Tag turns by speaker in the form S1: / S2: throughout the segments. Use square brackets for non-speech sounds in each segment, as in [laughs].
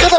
S1: Cada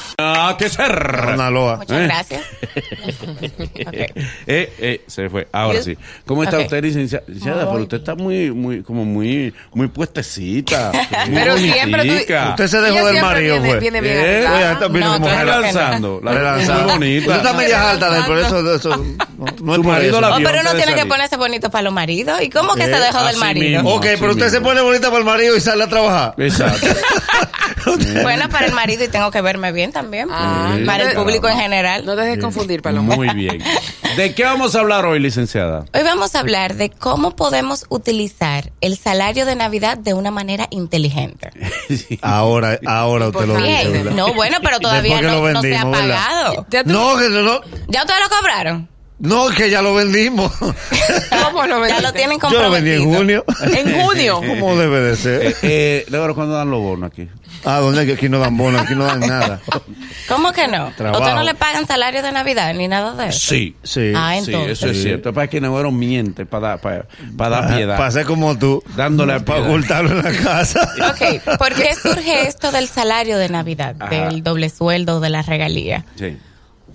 S2: Ah, que ser.
S3: Una loa.
S4: Muchas
S2: Eh.
S3: [laughs]
S4: gracias. Ok.
S2: Eh, eh, se fue. Ahora
S4: You-
S2: sí. ¿Cómo está
S4: Ok.
S2: usted, licenciada? Pero
S4: Muy
S2: usted está muy, muy, como muy, muy
S4: [laughs]
S2: puestecita. muy
S4: Pero siempre tú-
S2: bonitica.
S3: Usted se dejó
S4: Ella
S3: del
S4: siempre
S3: marido, pues.
S4: viene-
S3: fue.
S4: viene bien
S2: Eh,
S4: arreglada.
S2: oye,
S3: esta vino
S4: No,
S3: como
S2: está
S4: claro que no.
S2: relanzando. La relanzada.
S3: Relanzada.
S2: Muy bonita.
S3: Usted está medias
S4: Relanzando.
S3: altas, por eso, eso no, no es
S2: Su
S3: por
S2: marido
S3: eso.
S2: la
S4: Oh,
S2: vio.
S4: pero
S2: antes
S4: no
S2: de
S4: tiene que
S2: salir.
S4: ponerse bonito para los maridos. ¿Y cómo que
S2: Eh,
S4: se dejó del
S2: así
S4: marido?
S2: mismo.
S3: Ok, pero
S2: Sí,
S3: usted se
S2: mismo.
S3: pone bonita para el marido y sale a trabajar.
S2: Exacto.
S4: [laughs] Bueno, para el marido y tengo que verme bien también.
S5: Ah,
S2: Sí.
S4: para el
S2: Claro.
S4: público en general.
S5: No te dejes confundir, Paloma.
S2: Muy bien. ¿De qué vamos a hablar hoy, licenciada?
S4: Hoy vamos a hablar de cómo podemos utilizar el salario de Navidad de una manera
S3: [laughs]
S4: inteligente.
S3: Ahora, ahora usted lo dice, ¿verdad?
S4: Bien. No, bueno, pero todavía
S3: Después que
S4: no,
S3: lo
S4: no se ha
S3: vendimos, ¿verdad?
S4: pagado.
S5: Ya tú-
S3: No, que no, no,
S4: ¿Ya ustedes lo cobraron?
S3: no, que ya lo
S4: [laughs]
S3: vendimos.
S5: ¿Cómo lo
S4: Ya lo
S5: vendiste?
S4: tienen
S3: Yo lo
S4: comprometido.
S3: vendí en
S4: [laughs]
S3: junio.
S5: [laughs] En
S3: [laughs]
S5: junio.
S3: ¿Cómo debe de
S2: Eh,
S3: ser?
S2: eh, Laura, ¿cuándo dan los bonos aquí?
S3: Ah, ¿dónde? Que Aquí no dan bono, aquí no dan nada.
S4: ¿Cómo que no?
S3: Trabajo.
S4: ¿Ustedes no le pagan salario de Navidad ni nada de eso?
S2: Sí.
S3: Sí.
S4: Ah,
S2: Sí, eso es
S4: entonces.
S2: cierto. Para que Navarro miente, para dar, para, para dar piedad.
S3: Pasé como tú.
S2: Dándole a
S3: Para
S2: piedad.
S3: ocultarlo en la casa.
S4: Ok, ¿por qué surge esto del salario de Navidad,
S2: Ajá.
S4: del doble sueldo, de la regalía?
S2: Sí.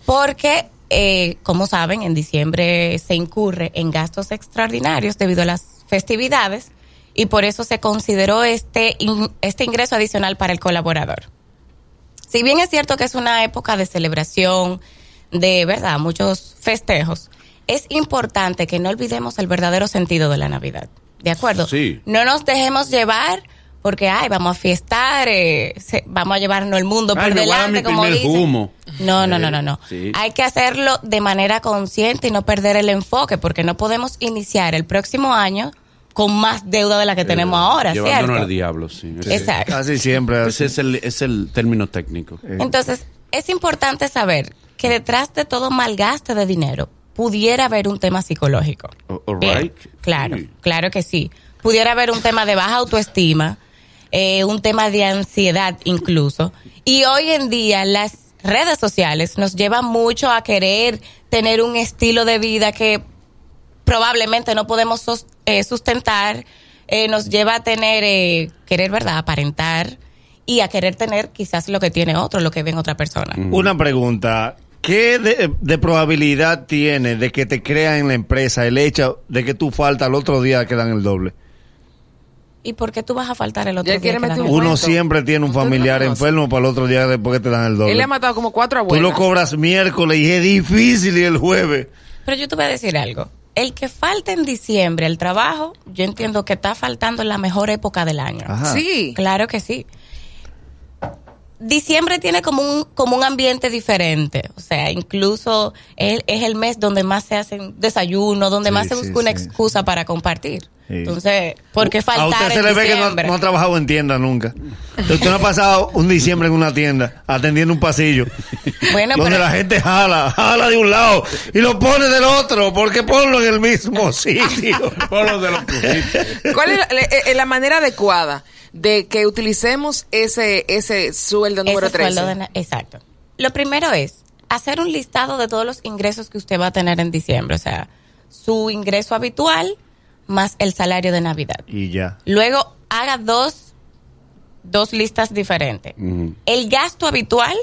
S4: Porque, eh, como saben, en diciembre se incurre en gastos extraordinarios debido a las festividades y por eso se consideró este, in- este ingreso adicional para el colaborador. Si bien es cierto que es una época de celebración, de verdad, muchos festejos, es importante que no olvidemos el verdadero sentido de la Navidad. ¿De acuerdo?
S2: Sí.
S4: No nos dejemos llevar porque, ay, vamos a fiestar, eh, se- vamos a llevarnos el mundo
S2: Ay,
S4: por
S2: me voy a dar
S4: delante,
S2: mi
S4: como
S2: primer
S4: dicen.
S2: humo.
S4: No, no, no, no, no.
S2: Eh, Sí.
S4: Hay que hacerlo de manera consciente y no perder el enfoque, porque no podemos iniciar el próximo año con más deuda de la que tenemos ahora,
S2: Eh, Llevándonos
S4: ¿cierto?
S2: al diablo, sí. Ese-
S4: Exacto.
S3: Casi siempre. así.
S2: Ese es el, es el término técnico.
S4: Eh, Entonces, es importante saber que detrás de todo malgaste de dinero pudiera haber un tema psicológico.
S2: O- all
S4: Bien,
S2: right.
S4: Claro,
S2: Sí.
S4: claro que sí. Pudiera haber un tema de baja autoestima, eh, un tema de ansiedad incluso. Y hoy en día las redes sociales nos llevan mucho a querer tener un estilo de vida que probablemente no podemos sos- eh, sustentar, eh, nos lleva a tener, eh, querer, ¿verdad?, aparentar y a querer tener quizás lo que tiene otro, lo que ve en otra persona.
S3: Una pregunta. ¿Qué de, de probabilidad tiene de que te crean en la empresa el hecho de que tú faltas al otro día que dan el doble?
S4: ¿Y por qué tú vas a faltar el otro
S5: Ya
S4: día?
S5: quiere
S4: que la
S5: meter un
S4: novia-
S3: Uno
S5: cuento.
S3: siempre tiene un
S5: Usted no
S3: familiar
S5: conoce.
S3: enfermo para el otro día después que te dan el
S5: Él le
S3: doble.
S5: ha matado como cuatro
S3: Tú
S5: abuelos.
S3: lo cobras miércoles y es difícil y el jueves.
S4: Pero yo te voy a decir algo. El que falta en diciembre al trabajo, yo entiendo que está faltando en la mejor época del año.
S3: Ajá.
S5: Sí.
S4: Claro que sí. Diciembre tiene como un, como un ambiente diferente, o sea, incluso es, es el mes donde más se hacen desayunos, donde
S3: Sí,
S4: más se
S3: sí,
S4: busca una
S3: sí.
S4: excusa para compartir.
S3: Sí.
S4: Entonces, ¿por qué faltar
S3: A usted se
S4: en
S3: le ve que no,
S4: diciembre?
S3: no ha trabajado en tienda nunca. Usted no ha pasado un diciembre en una tienda atendiendo un pasillo.
S4: [laughs] Bueno,
S3: donde
S4: pero-
S3: la gente jala, jala de un lado y lo pone del otro, porque ponlo en el mismo [laughs] sitio.
S2: Polo de los crujitos.
S5: ¿Cuál es la, le- eh, la manera adecuada de que utilicemos ese, ese sueldo número
S4: Ese sueldo
S5: 13?
S4: de na- exacto. Lo primero es hacer un listado de todos los ingresos que usted va a tener en diciembre, o sea, su ingreso habitual más el salario de Navidad.
S3: Y ya.
S4: Luego haga dos, dos listas diferentes. El gasto habitual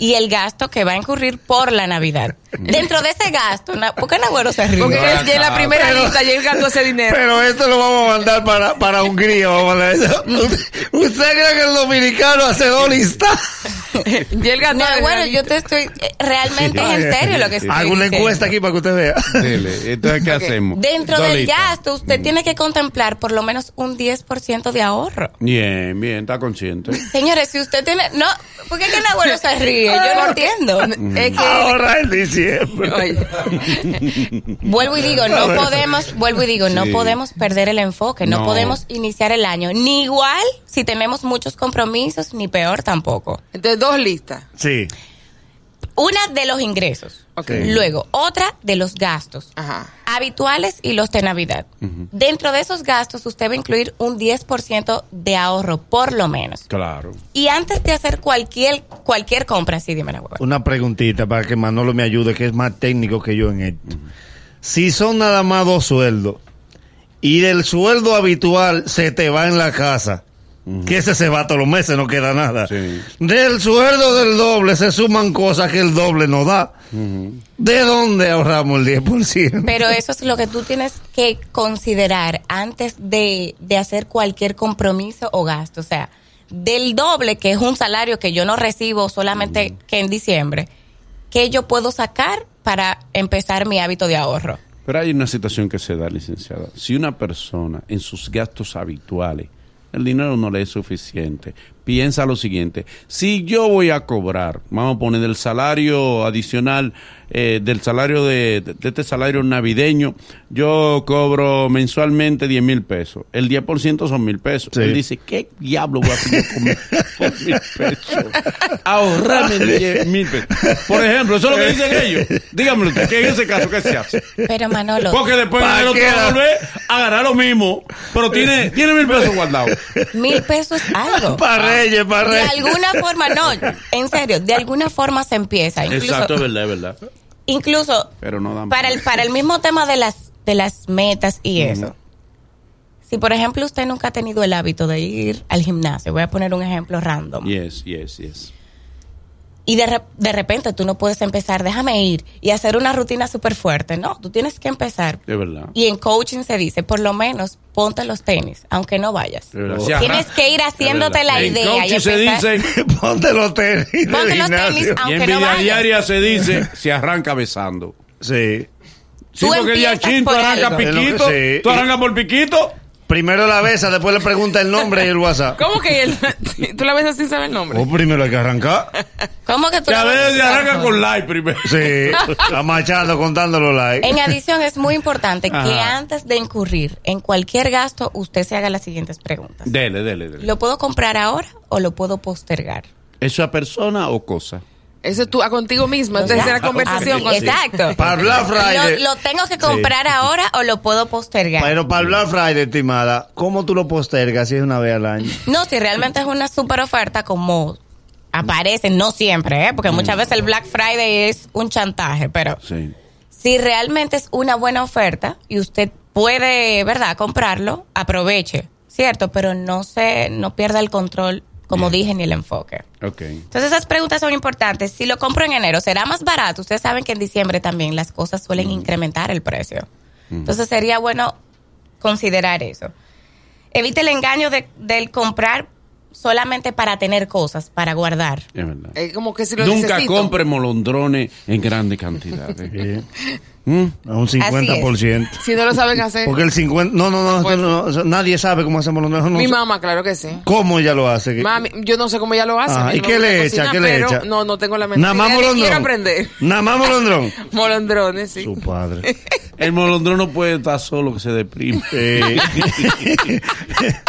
S4: y el gasto que va a incurrir por la Navidad. Dentro de ese gasto, na- ¿por qué Nagüero se ríe?
S5: Porque
S2: No,
S5: él ya en la
S2: no,
S5: primera
S3: pero-
S5: lista ya él gastó ese dinero.
S3: Pero esto lo vamos a mandar para, para Hungría. Vamos a mandar eso. [laughs] ¿Usted cree que el dominicano hacedorista?
S5: Ya él gastó el
S4: Nagüero,
S5: dinero.
S4: yo te estoy... eh, Realmente es en serio lo que estoy
S3: Hago una
S4: diciendo.
S3: encuesta aquí para que usted vea.
S2: Dele. Entonces, ¿qué hacemos?
S4: Dentro del
S2: Solita.
S4: gasto, usted tiene que contemplar por lo menos un 10% de ahorro.
S2: Bien, bien, está consciente.
S4: [laughs] Señores, si usted tiene... No, ¿por qué que el abuelo se ríe? Yo no entiendo.
S5: Es que...
S3: Ahora en diciembre.
S5: Oye,
S4: Vuelvo
S2: [laughs]
S4: y digo, no podemos, vuelvo y digo, no
S2: Sí.
S4: podemos perder el enfoque, no,
S2: No.
S4: podemos iniciar el año, ni igual si tenemos muchos compromisos, ni peor tampoco.
S5: entonces, dos listas.
S3: Sí.
S4: Una de los ingresos,
S5: Ok.
S4: luego otra de los gastos,
S5: Ajá.
S4: habituales y los de Navidad. Dentro de esos gastos usted va a incluir un 10% de ahorro, por lo menos.
S2: Claro.
S4: Y antes de hacer cualquier, cualquier compra, sí, dime la hueva.
S3: Una preguntita para que Manolo me ayude, que es más técnico que yo en esto. Si son nada más dos sueldos y del sueldo habitual se te va en la casa. Que ese se va todos los meses, no queda nada.
S2: Sí.
S3: Del sueldo del doble se suman cosas que el doble no da. ¿De dónde ahorramos el 10%? [laughs]
S4: Pero eso es lo que tú tienes que considerar antes de, de hacer cualquier compromiso o gasto. O sea, del doble, que es un salario que yo no recibo solamente que en diciembre, ¿qué yo puedo sacar para empezar mi hábito de ahorro?
S2: Pero hay una situación que se da, licenciada. Si una persona en sus gastos habituales, el dinero no le es suficiente, piensa lo siguiente, si yo voy a cobrar, vamos a poner del salario adicional, eh, del salario de, de este salario navideño, yo cobro mensualmente 10 mil pesos, el 10% son mil pesos.
S3: Sí.
S2: Él dice, ¿qué diablo voy a hacer yo con mil- con mil pesos? Ahorrarme 10 mil pesos. Por ejemplo, eso es lo que dicen ellos. Dígame usted, ¿qué en ese caso qué se hace?
S4: Pero Manolo,
S2: Porque después
S3: ¿Para
S2: en el otro
S3: qué?
S2: va a volver a ganar lo mismo, pero tiene, tiene mil pesos guardados.
S4: mil pesos es
S3: [laughs]
S4: algo.
S3: para Reyes, para
S4: ah, De
S3: Reyes.
S4: alguna forma, no, en serio, de alguna forma se empieza. [laughs] Incluso,
S2: es verdad, es verdad.
S4: incluso
S2: Pero no dan
S4: para el, para el mismo tema de las, de las metas y eso. Si, por ejemplo, usted nunca ha tenido el hábito de ir al gimnasio, voy a poner un ejemplo random,
S2: Yes, yes, yes.
S4: y de, re- de repente tú no puedes empezar, déjame ir y hacer una rutina súper fuerte. No, tú tienes que empezar.
S2: Es verdad.
S4: Y en coaching se dice, por lo menos, ponte los tenis, aunque no vayas.
S2: Es verdad. Se
S4: Tienes
S2: arrastra.
S4: que ir haciéndote
S2: Es
S4: la
S2: verdad. En
S4: idea. y
S2: coaching se
S4: empezar-
S2: dice,
S3: [laughs] Ponte los tenis. del
S4: Ponte los tenis, ah.
S3: gimnasio.
S4: aunque
S2: y en
S4: no
S2: Villa
S4: vayas.
S2: Diaria se dice, se arranca besando.
S3: Sí.
S2: Sí,
S4: Tú
S2: porque el
S4: empiezas
S2: yachín, tú
S4: por
S2: arrancas
S4: algo.
S2: piquito,
S3: Sí.
S2: tú arrancas por piquito.
S3: Primero la besa, después le pregunta el nombre y el WhatsApp.
S5: ¿Cómo que él? [laughs] ¿Tú la ves así sabe el nombre?
S3: O primero hay que arrancar.
S4: ¿Cómo que tú
S2: Ya
S4: no vas a
S2: ves, se
S4: usar
S2: arranca
S4: todo?
S2: con like primero.
S3: Sí. Amachando, contando los likes.
S4: En adición, es
S2: [laughs]
S4: muy importante que
S2: Ajá.
S4: antes de incurrir en cualquier gasto, usted se haga las siguientes preguntas.
S2: Dele, dele, dele.
S4: ¿Lo puedo comprar ahora o lo puedo postergar?
S2: ¿Eso es persona o cosa?
S5: Eso es tú, a contigo misma. Entonces
S4: Ya.
S5: es la conversación
S4: Ah,
S5: con
S4: Exacto.
S3: Para el Black Friday.
S4: ¿Lo, lo tengo que comprar ahora o lo puedo postergar?
S3: Pero para el Black Friday, estimada, ¿cómo tú lo postergas si es una vez al año?
S4: no, si realmente es una super oferta como aparece, no siempre, ¿eh? porque muchas veces el Black Friday es un chantaje, pero
S2: Sí.
S4: si realmente es una buena oferta y usted puede, ¿verdad?, comprarlo, aproveche, ¿cierto? Pero no se no pierda el control, como dije, ni el enfoque.
S2: Ok.
S4: Entonces esas preguntas son importantes. Si lo compro en enero, ¿será más barato? Ustedes saben que en diciembre también las cosas suelen incrementar el precio. Entonces sería bueno considerar eso. Evite el engaño de- del comprar solamente para tener cosas, para guardar.
S2: Es verdad.
S5: Es como que si lo
S2: Nunca
S5: necesito.
S2: compre molondrones en eh. grandes
S4: [laughs]
S2: cantidades. ¿Mm?
S3: A un 50%.
S5: Si no lo saben hacer.
S3: Porque el 50%. No, no, no, eso no, eso- nadie sabe cómo hacemos los no,
S5: Mi
S3: sé
S5: mamá, claro que sí.
S3: ¿Cómo ella lo hace?
S5: Mami, yo no sé cómo ella lo hace.
S3: Ajá,
S5: a mí
S3: Ah, ¿Y
S5: no
S3: qué
S5: me gusta
S3: le echa?
S5: cocinar,
S3: ¿Qué le
S5: pero
S3: echa?
S5: No, no tengo la
S3: Nada
S5: mentalidad.
S3: más
S5: ni
S3: molondrón.
S5: Quiero aprender. [laughs]
S3: Nada más molondrón.
S5: Molondrones, sí.
S3: Su
S5: [laughs]
S3: padre.
S2: El molondrón no puede estar solo que se deprime.
S3: Eh,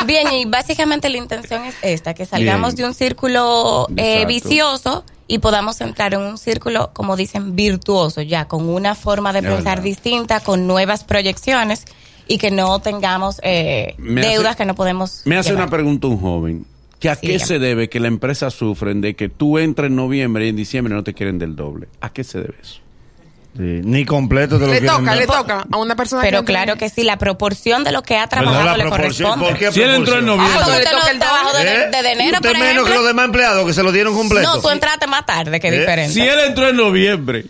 S4: Bien, y básicamente la intención es esta, que salgamos
S2: Bien.
S4: de un círculo eh,
S2: Exacto.
S4: vicioso y podamos entrar en un círculo, como dicen, virtuoso, ya, con una forma de
S2: Es
S4: pensar
S2: verdad.
S4: distinta, con nuevas proyecciones y que no tengamos eh,
S2: Me hace-
S4: deudas que no podemos...
S2: [laughs] Me hace
S4: llevar.
S2: una pregunta un joven. ¿Que ¿A
S4: Sí,
S2: qué
S4: dígame.
S2: se debe que la empresa sufren de que tú entres en noviembre y en diciembre no te quieren del doble? ¿A qué se debe eso?
S3: sí, ni completo te lo
S5: Le
S3: quieren
S5: toca,
S3: dar.
S5: le toca a una persona
S4: Pero
S5: no tiene-
S4: claro que sí, la proporción de lo que ha trabajado
S3: la
S4: le
S3: proporción,
S4: corresponde.
S3: ¿por qué
S2: Si él entró en
S3: proporción?
S4: Ah,
S5: Ah, pero
S2: noviembre.
S5: le
S4: usted no
S5: toca el
S4: trabajó
S5: doble.
S4: desde
S3: ¿Eh?
S4: desde enero,
S3: Usted
S4: por
S3: menos que
S4: ejemplo.
S3: los demás empleados que se lo dieron completo.
S4: No, pues tú entraste más tarde, que es
S3: ¿Eh?
S4: diferente.
S2: Si él entró en noviembre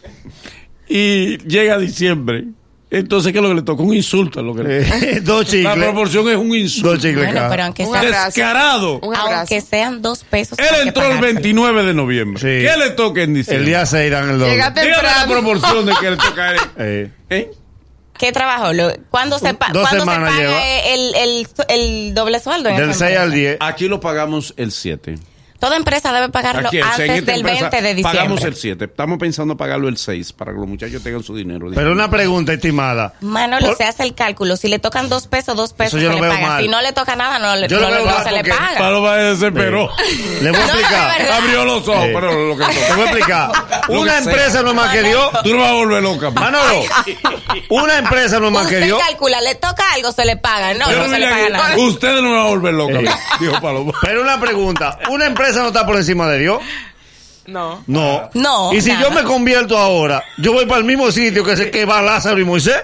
S2: y llega a diciembre, entonces ¿qué es lo que le toca? Un insulto es lo que le [laughs]
S3: Eh, [laughs] dos
S2: La
S3: chicles.
S2: proporción es un insulto.
S3: Dos chicles
S4: bueno,
S3: cada.
S4: pero aunque
S5: Un
S4: sea
S5: abrazo.
S2: Descarado.
S5: Un abrazo.
S4: Aunque sean dos pesos. hay que
S2: Él entró el
S4: pagárselo.
S2: 29 de noviembre.
S3: Sí.
S2: ¿Qué le toca en
S3: El
S2: diciembre?
S3: día 6 dan el doble.
S5: Llegaste
S2: Dígame la
S5: temprano.
S2: proporción de que le toca a él.
S4: [laughs]
S3: Eh,
S2: ¿Eh?
S4: ¿Qué trabajo? Lo- ¿Cuándo se,
S3: Un-
S4: pa-
S3: dos
S4: cuándo se
S3: semanas
S4: paga
S3: lleva.
S4: eh, El, el, el doble sueldo? en
S3: del
S4: esa
S3: 6 al
S4: empresa?
S3: 10.
S2: Aquí lo pagamos el 7.
S4: Toda empresa debe pagarlo
S2: Aquí, en
S4: antes
S2: esta
S4: del
S2: empresa,
S4: 20 de diciembre.
S2: Pagamos el 7. Estamos pensando pagarlo el 6 para que los muchachos tengan su dinero.
S3: Pero una pregunta, estimada.
S4: Manolo,
S3: Por-
S4: se hace el cálculo. Si le tocan dos pesos, dos pesos
S3: yo
S4: se
S3: lo
S4: le
S3: veo
S4: paga.
S3: mal.
S4: Si no le toca nada, no, le,
S3: Yo lo
S4: no le-
S3: veo
S4: no
S3: mal
S4: se le
S3: porque-
S4: paga.
S2: Paloma se desesperó.
S3: Eh, Le voy a
S4: [laughs] No, de
S3: explicar.
S4: verdad.
S2: Abrió los ojos.
S3: Sí.
S2: Pero lo que
S3: Te voy a explicar.
S2: Lo
S3: Una
S2: que sea.
S3: empresa nomás que dio.
S2: Tú no vas a volver loca. man.
S3: Manolo, una empresa nomás que
S4: Usted
S3: dio.
S4: calcula, le toca algo, se le paga. No,
S2: Yo
S4: no
S2: le
S4: se le
S2: dije
S4: paga
S2: que
S4: nada.
S2: Ustedes no me van a volver loca. man, Dijo Paloma.
S3: Pero una pregunta, una empresa no está por encima de Dios.
S5: No.
S3: No.
S4: No,
S3: Y si
S4: nada.
S3: yo me convierto ahora, yo voy para el mismo sitio que se que va Lázaro y Moisés,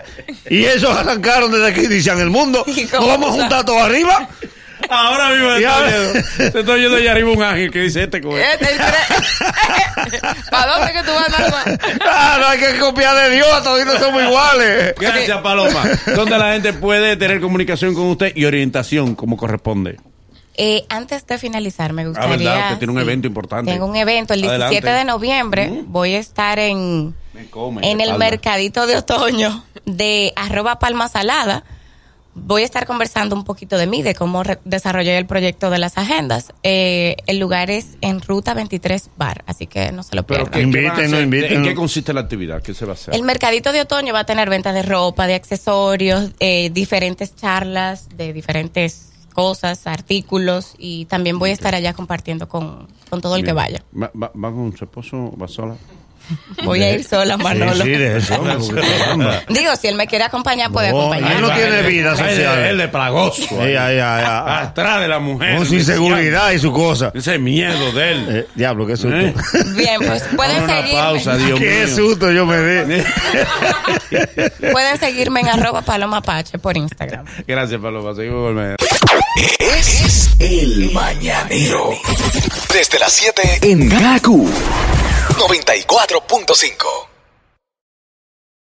S3: y esos [laughs] arrancaron desde aquí y dicen el mundo,
S4: [laughs] ¿Y
S3: nos
S4: cómo
S3: vamos a
S4: está?
S3: juntar todos arriba.
S2: Ahora mismo te
S3: Ya.
S2: estoy oyendo. Te estoy oyendo allá arriba un ángel que dice este cohete.
S5: Eh,
S3: [laughs]
S5: [laughs] ¿Para dónde que tú vas, Magma?
S3: Claro, Ah, hay que copiar de Dios, todos somos iguales.
S2: Gracias, Paloma. Donde la gente puede tener comunicación con usted y orientación como corresponde.
S4: Eh, antes de finalizar, me gustaría.
S2: Ah, verdad, usted tiene un evento importante.
S4: Tengo un evento el 17
S2: Adelante.
S4: de noviembre.
S2: Mm.
S4: Voy a estar en,
S2: Me come,
S4: en
S2: me
S4: el
S2: palma.
S4: mercadito de otoño de arroba palma salada. Voy a estar conversando un poquito de mí, de cómo re- desarrollé el proyecto de las agendas. Eh, el lugar es en Ruta 23 Bar, así que no se lo
S2: Pero
S4: pierdan.
S2: ¿qué,
S3: Invítenos,
S2: qué van a hacer?
S3: invítenos.
S2: ¿En qué consiste la actividad? ¿Qué se va a hacer?
S4: El mercadito de otoño va a tener ventas de ropa, de accesorios, eh, diferentes charlas de diferentes cosas, artículos y también voy a estar allá compartiendo con, con todo el que
S2: Bien.
S4: vaya.
S2: ¿Va, va- va con su esposo? ¿Va sola?
S4: Voy a ir sola, Manolo.
S3: de eso. [laughs]
S4: Digo, si él me quiere acompañar, puede
S3: No,
S4: acompañarme.
S3: Ah, él no tiene vida social.
S2: Él es plagoso.
S3: Ay, ay, ay, ay.
S2: Atrás de la mujer.
S3: Con su inseguridad y su cosa.
S2: Ese miedo de él.
S3: Eh, diablo, qué susto.
S2: ¿Eh?
S4: Bien,
S2: Vamos
S4: pues
S2: a
S4: pueden
S2: una
S4: seguirme,
S2: pausa, Dios
S3: [laughs] qué
S2: mío.
S3: susto yo me di.
S4: pueden seguirme en arroba palomapache por Instagram.
S2: [laughs] Gracias, Paloma. Seguimos con el medio.
S1: Es el mañanero. Desde las 7 en GACU 94.5.